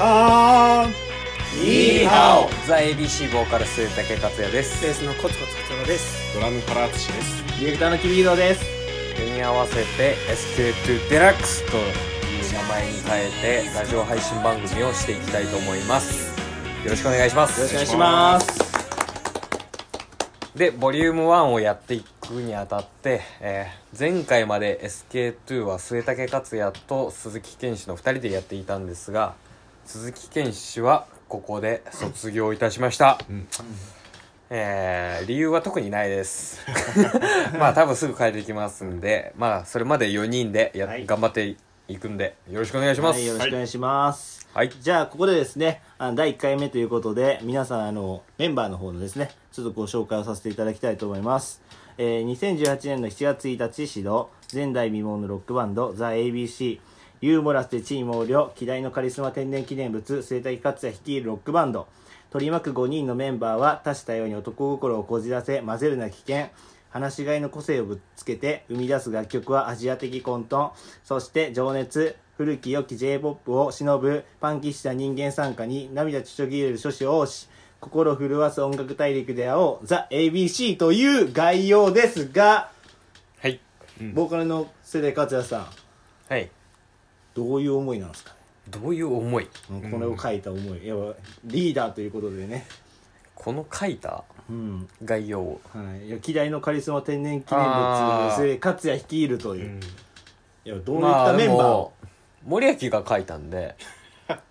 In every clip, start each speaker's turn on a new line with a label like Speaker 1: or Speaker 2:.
Speaker 1: あ
Speaker 2: ニーハオ
Speaker 3: ザ ABC ボーカルス竹克也で
Speaker 1: ー
Speaker 3: す
Speaker 1: ベースのコツコツコツロです
Speaker 2: ドラム原敦です
Speaker 4: ディレクターのキビードです。
Speaker 3: 組み合わせて SK2 デラックスという名前に変えてラジオ配信番組をしていきたいと思いますよろしくお願いします
Speaker 4: よろしくお願いします。
Speaker 3: でボリューム1をやっていくにあたって、えー前回まで SK2 は末竹克也と鈴木健氏の2人でやっていたんですが鈴木健氏はここで卒業いたしました、えー理由は特にないです まあ多分すぐ帰ってきますんでまあそれまで4人でや、
Speaker 4: はい
Speaker 3: 頑張っていくんでよろしくお願いしま
Speaker 4: はい、よろ
Speaker 3: す
Speaker 4: しくお願いします。
Speaker 3: はい
Speaker 4: じゃあ、ここでですね、あの第1回目ということで、皆さん、あの、メンバーの方のですね、ちょっとご紹介をさせていただきたいと思います。えー、2018年の7月1日始動、前代未聞のロックバンド、ザ・ ABC、ユーモラスで地位横領、希代のカリスマ天然記念物、生態克也率いるロックバンド、取り巻く5人のメンバーは、多種多様に男心をこじらせ、混ぜるな危険、話しがいの個性をぶつけて生み出す楽曲はアジア的混沌そして情熱古き良き J−POP を忍ぶパンキッシュな人間参加に涙ちょちょぎれる諸子を押し心震わす音楽大陸で会おうザ・ ABC という概要ですが、
Speaker 3: はい
Speaker 4: ボーカルの世代克也さん
Speaker 3: はい
Speaker 4: どういう思いなんですかね
Speaker 3: どういう思い
Speaker 4: うんこれを書いた思い、いやリーダーということでね、
Speaker 3: この書いた
Speaker 4: うん
Speaker 3: 概要を
Speaker 4: はい、いや希代のカリスマ天然記念
Speaker 3: あ
Speaker 4: 物
Speaker 3: ー
Speaker 4: 世代克也率いるという、いやどういっ
Speaker 3: まあ
Speaker 4: たメ
Speaker 3: で
Speaker 4: ンバーを
Speaker 3: も森脇が書いたんで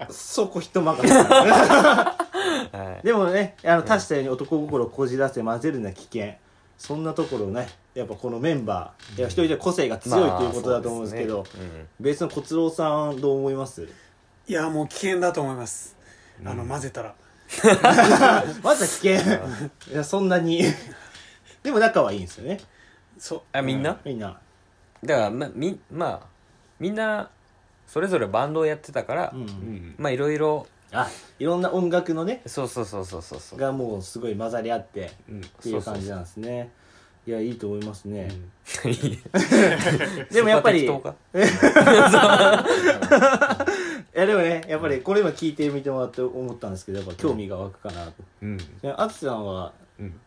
Speaker 4: そこ人任せ
Speaker 3: はい
Speaker 4: でもねあの多種多様に男心をこじらせ混ぜるな危険そんなところをねやっぱこのメンバー、いや一人で個性が強いということだと思うんですけど、
Speaker 3: まあそうですね
Speaker 4: ベースの小郎さんどう思います
Speaker 1: いやもう危険だと思います、あの混ぜたら
Speaker 4: まずは危険 いやそんなにでも仲はいいんですよね
Speaker 1: そう
Speaker 3: あみんな、
Speaker 4: みんな
Speaker 3: だからまみまあみんなそれぞれバンドをやってたから、
Speaker 4: うん、
Speaker 2: うん
Speaker 3: まあいろいろ
Speaker 4: あいろんな音楽のね
Speaker 3: そうそうそうそうそうそう
Speaker 4: がもうすごい混ざり合って
Speaker 2: うん
Speaker 4: っていう感じなんですねいやいいと思いますね、
Speaker 3: で
Speaker 4: で もやっぱり
Speaker 3: 適当か
Speaker 4: いやでもねやっぱりこれ今聞いてみてもらって思ったんですけどやっぱ興味が湧くかなと、
Speaker 2: うん
Speaker 4: ねあつさんは
Speaker 2: うん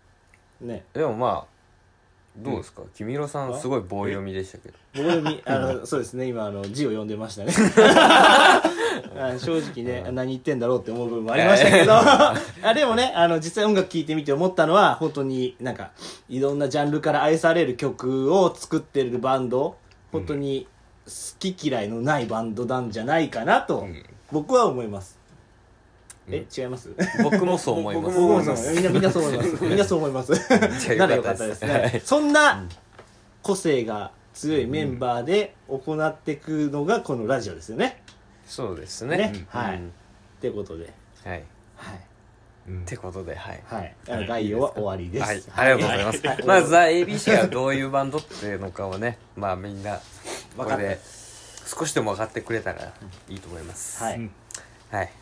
Speaker 4: ね
Speaker 3: でもまあどうですか君色さんすごい棒読みでしたけど
Speaker 4: 僕もみあのそうですね今あの字を読んでましたね あ正直ね何言ってんだろうって思う部分もありましたけど あでもねあの実際音楽聴いてみて思ったのは本当になんかいろんなジャンルから愛される曲を作ってるバンド本当に好き嫌いのないバンドなんじゃないかなと、
Speaker 2: ん
Speaker 4: 僕は思いますえ違います
Speaker 3: 僕もそう思います
Speaker 1: 僕も
Speaker 4: そうそうみんなみんなそう思い ます。みんなそう思います
Speaker 3: じゃあ。
Speaker 4: ならよかったです
Speaker 3: よかったです
Speaker 4: ね。そんな個性が強いメンバーで行っていくのがこのラジオですよね。
Speaker 3: そうですね
Speaker 4: ね
Speaker 3: うん。
Speaker 4: はい。っ
Speaker 3: うん
Speaker 4: てことで、
Speaker 3: はい、っ
Speaker 4: はい。
Speaker 2: うん
Speaker 3: てことではい
Speaker 4: はい。あの概要は終わりで
Speaker 3: はい
Speaker 4: す、。
Speaker 3: ありがとうございます。
Speaker 4: はい
Speaker 3: まあ、ザ・ ABC がどういうバンドっていうのかをね、 まあみんな、こ
Speaker 4: 分か
Speaker 3: れ
Speaker 4: った
Speaker 3: で少しでも分かってくれたらいいと思います。
Speaker 4: は
Speaker 2: う
Speaker 4: い
Speaker 2: ん。
Speaker 3: はい。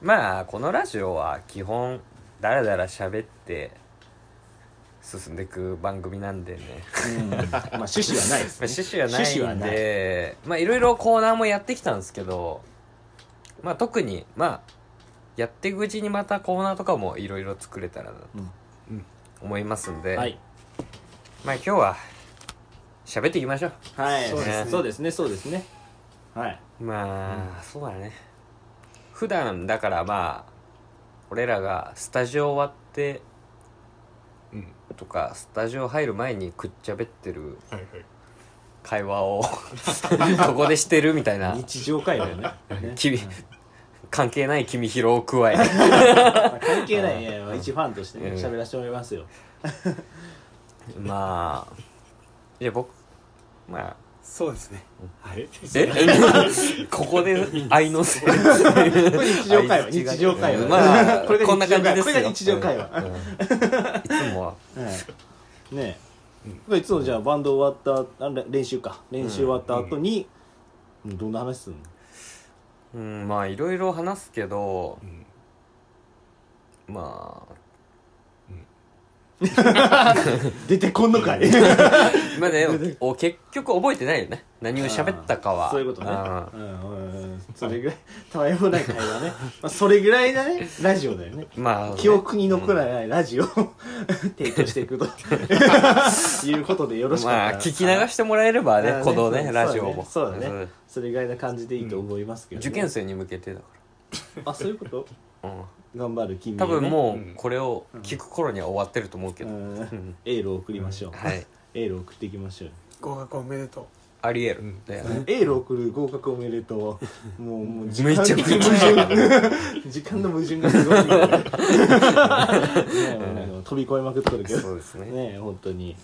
Speaker 3: まあ、このラジオは基本、だらだら喋って進んでいく番組なんでね。
Speaker 4: うんまあ趣旨はないで
Speaker 3: まあ、
Speaker 4: す
Speaker 3: 趣
Speaker 4: ね。
Speaker 3: 旨は
Speaker 4: 趣
Speaker 3: な
Speaker 4: 旨
Speaker 3: い
Speaker 4: は
Speaker 3: ん
Speaker 4: ない
Speaker 3: で、まあいろいろコーナーもやってきたんですけど、まあ特に、まあ、やっていくうちにまたコーナーとかもいろいろ作れたらなと
Speaker 2: うん
Speaker 3: 思いますんで、
Speaker 4: はい。
Speaker 3: まあ今日は喋っていきましょう。
Speaker 4: はい
Speaker 1: そうですね。
Speaker 4: そうですね。そうですね。はい。
Speaker 3: まあ、そうだね普段だからまあ俺らがスタジオ終わって
Speaker 2: うん
Speaker 3: とかスタジオ入る前にくっちゃべってる
Speaker 2: はいはい
Speaker 3: 会話を ここでしてるみたいな
Speaker 4: 日常会 話よね。ね
Speaker 3: 君関係ない君拾を加え
Speaker 4: まあ関係ない。いやいや一ファンとしてね
Speaker 3: うん
Speaker 4: 喋らせてもらいますよ。
Speaker 3: まあいや僕まあ
Speaker 1: そうですね
Speaker 2: はい
Speaker 3: え ここで愛のせい
Speaker 4: これ日常会話。
Speaker 3: 相槌が
Speaker 4: 日常会話。
Speaker 3: まあ
Speaker 4: これが
Speaker 3: こんな
Speaker 4: 日常
Speaker 3: 感
Speaker 4: 会話。
Speaker 3: じですよ
Speaker 4: これが日常会話。
Speaker 3: うんうんいつもは
Speaker 4: はい、ねえ、これいつもじゃあバンド終わったあれ練習か練習終わった後に、うんどんな話するの
Speaker 3: うんまあいろいろ話すけど
Speaker 2: うん
Speaker 3: まあ、
Speaker 4: 出てこんのかい
Speaker 3: まあね、お結局覚えてないよね。何を喋ったかは。
Speaker 4: そういうことね
Speaker 3: あ
Speaker 4: うんうんそれぐらいたわいもない会話ね、まあ、それぐらいだねラジオだよね
Speaker 3: ーまあ、
Speaker 4: 記憶に残らないラジオを提供してい くということでよろしかった
Speaker 3: ま
Speaker 4: ら
Speaker 3: あ、聞き流してもらえれば
Speaker 4: あ
Speaker 3: ね
Speaker 4: ー、
Speaker 3: このね、
Speaker 4: そう
Speaker 3: ラジオも。
Speaker 4: そうだねそうだ
Speaker 3: う
Speaker 4: ね
Speaker 3: ん
Speaker 4: それぐらいな感じでいいと思いますけどね、
Speaker 3: 受験生に向けてだか
Speaker 4: あそういうこと
Speaker 3: ら。うん
Speaker 4: 頑張る君にね
Speaker 3: 多分もう、これを聞く頃には終わってると思うけ
Speaker 4: う
Speaker 3: ど。
Speaker 4: んエールを送りましょう、
Speaker 3: はい。
Speaker 4: エールを送っていきましょう
Speaker 1: 合格おめでとう
Speaker 3: あり得る。だよね
Speaker 4: エールを送る合格おめでとうもうもう時
Speaker 3: め
Speaker 4: 間
Speaker 3: ちゃ
Speaker 4: の
Speaker 3: く
Speaker 4: 矛
Speaker 3: ちゃ
Speaker 4: 盾時間の矛盾がすごいねえもうなんか飛び越えまくっとるけ
Speaker 3: そ
Speaker 4: ど
Speaker 3: うですね。
Speaker 4: ねえ本当に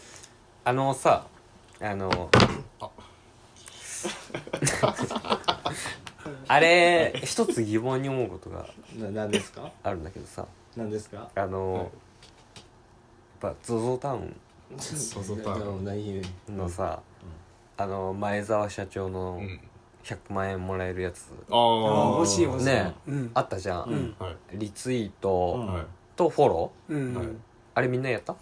Speaker 3: あのさあのあれ一つ疑問に思うことが
Speaker 4: な何ですか
Speaker 3: あるんだけどさ
Speaker 4: 何ですか
Speaker 3: あの、やっぱ ZOZO タウ
Speaker 2: そうそう
Speaker 4: なな何
Speaker 3: ンのさ、あの前澤社長の
Speaker 2: うん
Speaker 3: 100万円もらえるやつ、
Speaker 1: あ
Speaker 2: あ
Speaker 1: あ
Speaker 2: あ
Speaker 1: 欲しい欲しい
Speaker 3: ね
Speaker 1: うん
Speaker 3: あったじゃん、
Speaker 1: うん
Speaker 2: はい
Speaker 3: リツイー
Speaker 4: うん
Speaker 3: ト
Speaker 2: はい
Speaker 3: とフォロー、
Speaker 1: う
Speaker 2: はい
Speaker 1: ん
Speaker 3: あれみんなやった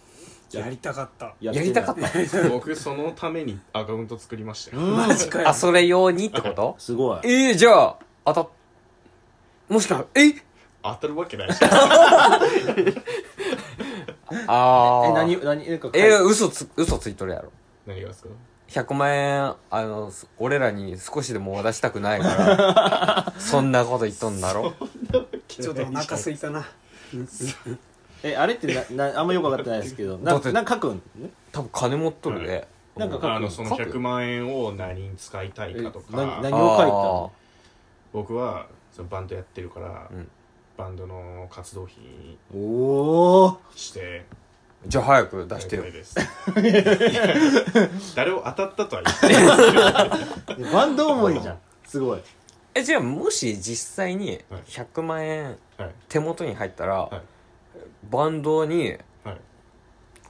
Speaker 1: やりたかった
Speaker 4: や
Speaker 3: やりたかった
Speaker 2: 僕そのためにアカウント作りましたよ
Speaker 1: マジかよ
Speaker 3: あそれ用にってこと
Speaker 4: すごい
Speaker 3: えー、じゃあ当たっもしかえ
Speaker 2: 当たるわけ ないし
Speaker 3: ああ
Speaker 4: え何何なんか
Speaker 3: えー、嘘つ嘘ついとるやろ
Speaker 2: 何がですか
Speaker 3: 100万円あのす俺らに少しでも渡したくないからそんなこと言っとんだろ
Speaker 1: ちょっとお腹すいたな
Speaker 4: えあれってななあんまよくわかってないですけど
Speaker 3: だ
Speaker 4: な
Speaker 3: って
Speaker 4: なんか書くん
Speaker 3: 多分金持っとるで、
Speaker 4: なんか書く
Speaker 2: あのその
Speaker 3: 書く
Speaker 2: 100万円を何に使いたいかと
Speaker 4: えな
Speaker 2: か
Speaker 4: 何を書いたの
Speaker 2: 僕はそのバンドやってるから、
Speaker 3: うん
Speaker 2: バンドの活動費に
Speaker 4: おお
Speaker 2: して
Speaker 3: あーじゃあ早く出してよ
Speaker 2: やりたいです いや誰を当たったとは 言ってない
Speaker 4: バンド思いじゃんすごい
Speaker 3: えじゃあもし実際に
Speaker 2: はい
Speaker 3: 100万円
Speaker 2: はい
Speaker 3: 手元に入ったら、
Speaker 2: はい
Speaker 3: バンドに
Speaker 2: はい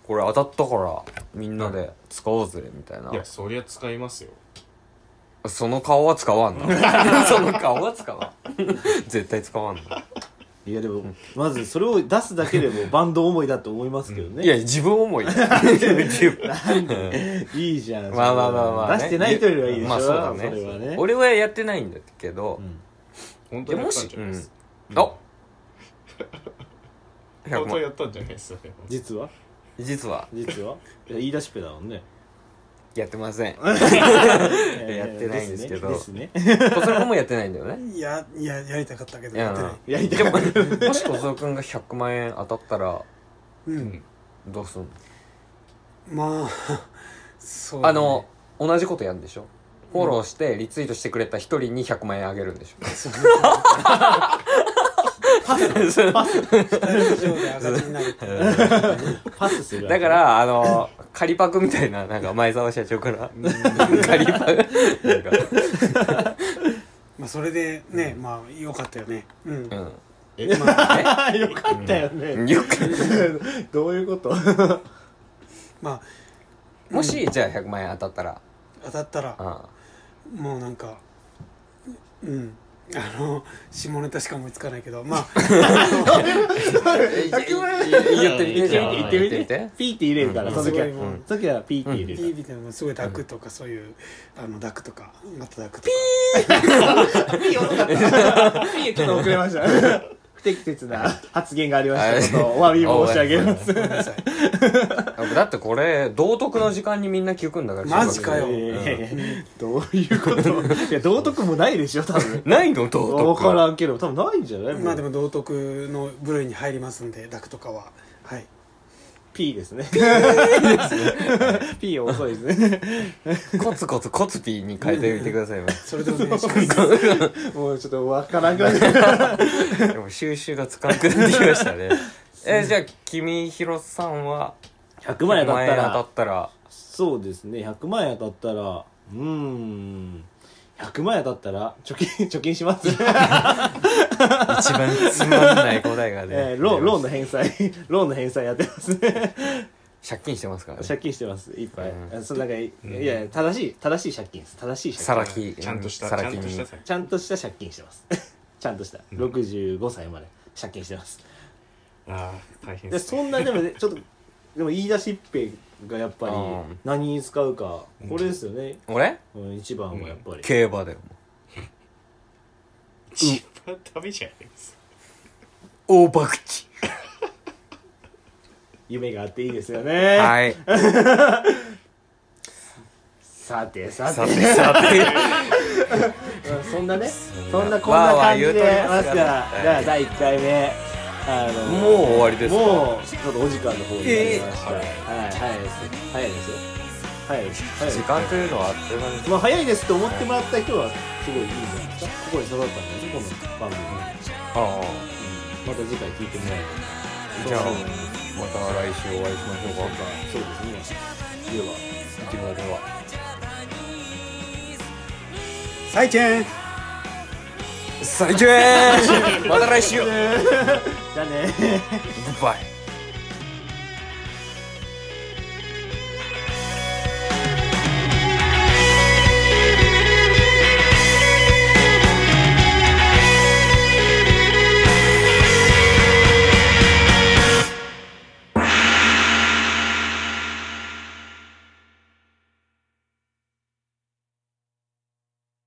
Speaker 3: これ当たったからみんなで使おうぜみたいな、
Speaker 2: いやそりゃ使いますよ
Speaker 3: その顔は使 わんなその顔は使わん絶対使わんな、
Speaker 4: いやでもまずそれを出すだけでもバンド思いだと思いますけどね
Speaker 3: いや自分思い自分
Speaker 4: いいじゃん。
Speaker 3: まあまあまあまあ、ね、
Speaker 4: 出してないというよりはいいでしょ。
Speaker 3: まあそうだ
Speaker 4: それは
Speaker 3: ね
Speaker 4: ね。
Speaker 3: 俺はやってないんだけど
Speaker 4: う、ん
Speaker 2: 本当
Speaker 3: で
Speaker 2: にや
Speaker 3: も
Speaker 2: った
Speaker 3: し
Speaker 2: んじゃ
Speaker 3: う
Speaker 2: ないで
Speaker 3: ん
Speaker 2: す、
Speaker 3: あ
Speaker 2: 本
Speaker 3: 100
Speaker 2: 当に
Speaker 3: 万
Speaker 2: やったんじゃないですよ
Speaker 4: 実は
Speaker 3: 実は
Speaker 4: 実はいや言い出しっぺだもんね。
Speaker 3: やってませ んやってないんですけど
Speaker 4: ですね。
Speaker 3: 小僧君もやってないんだよね
Speaker 1: いやいややりたかったけど
Speaker 3: いや
Speaker 1: やってない
Speaker 4: やりた
Speaker 3: で
Speaker 4: か
Speaker 3: も
Speaker 4: った
Speaker 3: もし小僧君が100万円当たったら
Speaker 1: うん
Speaker 3: どうすんの
Speaker 1: まあそうね
Speaker 3: あの同じことやるんでしょフォローしてリツイートしてくれた一人に100万円あげるんでしょ
Speaker 1: そう二人以上で赤字になる
Speaker 4: パスする。
Speaker 3: だか、らあの仮パクみたいななんか前澤社長から仮パクなんか
Speaker 1: まあそれでねまあよかったよねうん
Speaker 2: え
Speaker 4: よかったよ
Speaker 3: う
Speaker 4: ね。
Speaker 3: んよく
Speaker 4: どういうこと
Speaker 1: まあ
Speaker 3: もしじゃあ100万円当たったら
Speaker 1: 当たったら
Speaker 3: あ
Speaker 1: もうなんかうんあの下ネタしか思いつかないけど まあ
Speaker 4: ?100 万円
Speaker 3: 言ってみてじゃあ
Speaker 4: 言ってみ
Speaker 3: 言
Speaker 4: て
Speaker 3: ってみて。
Speaker 4: ピーって入れるから、
Speaker 1: うん
Speaker 4: その時は。
Speaker 1: すごいもう
Speaker 4: その時はピーって入れ
Speaker 1: いい
Speaker 4: るか。
Speaker 1: みたいなすごい抱くとかそういうあの抱くとかまた抱くとから
Speaker 4: ピー遅かった。ピーちょっと遅れました。 不適切な発言がありましたことをお詫び申し上げ ます。
Speaker 1: ごめんなさい
Speaker 3: だってこれ道徳の時間にみんな聞くんだから
Speaker 1: マジかよ
Speaker 4: ええどういうこと いや、道徳もないでしょ、多分。
Speaker 3: ないの道
Speaker 4: わ
Speaker 3: 徳
Speaker 4: からんけど多分ないんじゃない
Speaker 1: まあでも道徳の部類に入りますんで抱くとかははい
Speaker 4: P ですね P 遅いです ね
Speaker 3: コツコツコツピーに変えてみてくださ いよ
Speaker 1: それでお願いします
Speaker 4: もうちょっとわからんくなって
Speaker 3: でも収集がつかなくなってきまし たねえーじゃあ君ひろさんは
Speaker 4: 100万円当たった
Speaker 3: 100万円当
Speaker 4: ら
Speaker 3: たったら
Speaker 4: そうですね100万円当たったらうーん100万円当たったら貯金 貯金します、
Speaker 3: 一番つまんない答えがね、
Speaker 4: えー、ローンローンの返済ローンの返済やってますね
Speaker 3: 借金してますからね
Speaker 4: 借金してますいっぱい、
Speaker 3: う
Speaker 4: そのなんかいやいや正しい正しい借金です正しい
Speaker 3: さ
Speaker 4: 借
Speaker 3: ら
Speaker 4: 金
Speaker 3: き
Speaker 2: ちゃんとした
Speaker 3: さ
Speaker 2: ち
Speaker 3: ら
Speaker 2: ゃ
Speaker 3: き
Speaker 2: んとし
Speaker 3: に
Speaker 2: たさ
Speaker 4: ちゃんとした借金してます ちゃんとした65歳まで借金してます
Speaker 2: ああ大変
Speaker 4: で
Speaker 2: で す
Speaker 4: そんなでもねちょっとでも言い出しっぺがやっぱり
Speaker 3: うん
Speaker 4: 何に使うか、これですよね、
Speaker 3: 俺
Speaker 4: うん、一番はやっぱり、
Speaker 3: 競馬だよ
Speaker 2: 一番ダメじゃないですか
Speaker 1: 大博打
Speaker 4: 夢があっていいですよね、
Speaker 3: はい
Speaker 4: さてさて
Speaker 3: さてさて
Speaker 4: うんそんなね
Speaker 3: そん
Speaker 4: そ
Speaker 3: なん
Speaker 4: なこんな感じで
Speaker 3: わーわ
Speaker 4: ま
Speaker 3: ー言うとりますす
Speaker 4: か
Speaker 3: から
Speaker 4: ら
Speaker 3: はい
Speaker 4: じゃあ第1回目あの
Speaker 3: もう終わりですか
Speaker 4: もうちょっとお時間の方になりました、
Speaker 2: えー
Speaker 4: はい早いです早いですよ早いです早いです
Speaker 3: 時間というのはあっという間に
Speaker 4: まあ早いですと思ってもらった人はすごいいいんじゃないですかここに揃ったんでねこの番組に、
Speaker 3: ああ
Speaker 4: また次回聞いてもらえれば
Speaker 3: じゃあ
Speaker 4: そう
Speaker 3: また来週お会いしましょうか
Speaker 4: そうですねでは
Speaker 3: ではでは
Speaker 1: 再见
Speaker 3: 再见また来週
Speaker 4: じゃあね
Speaker 3: グッバイ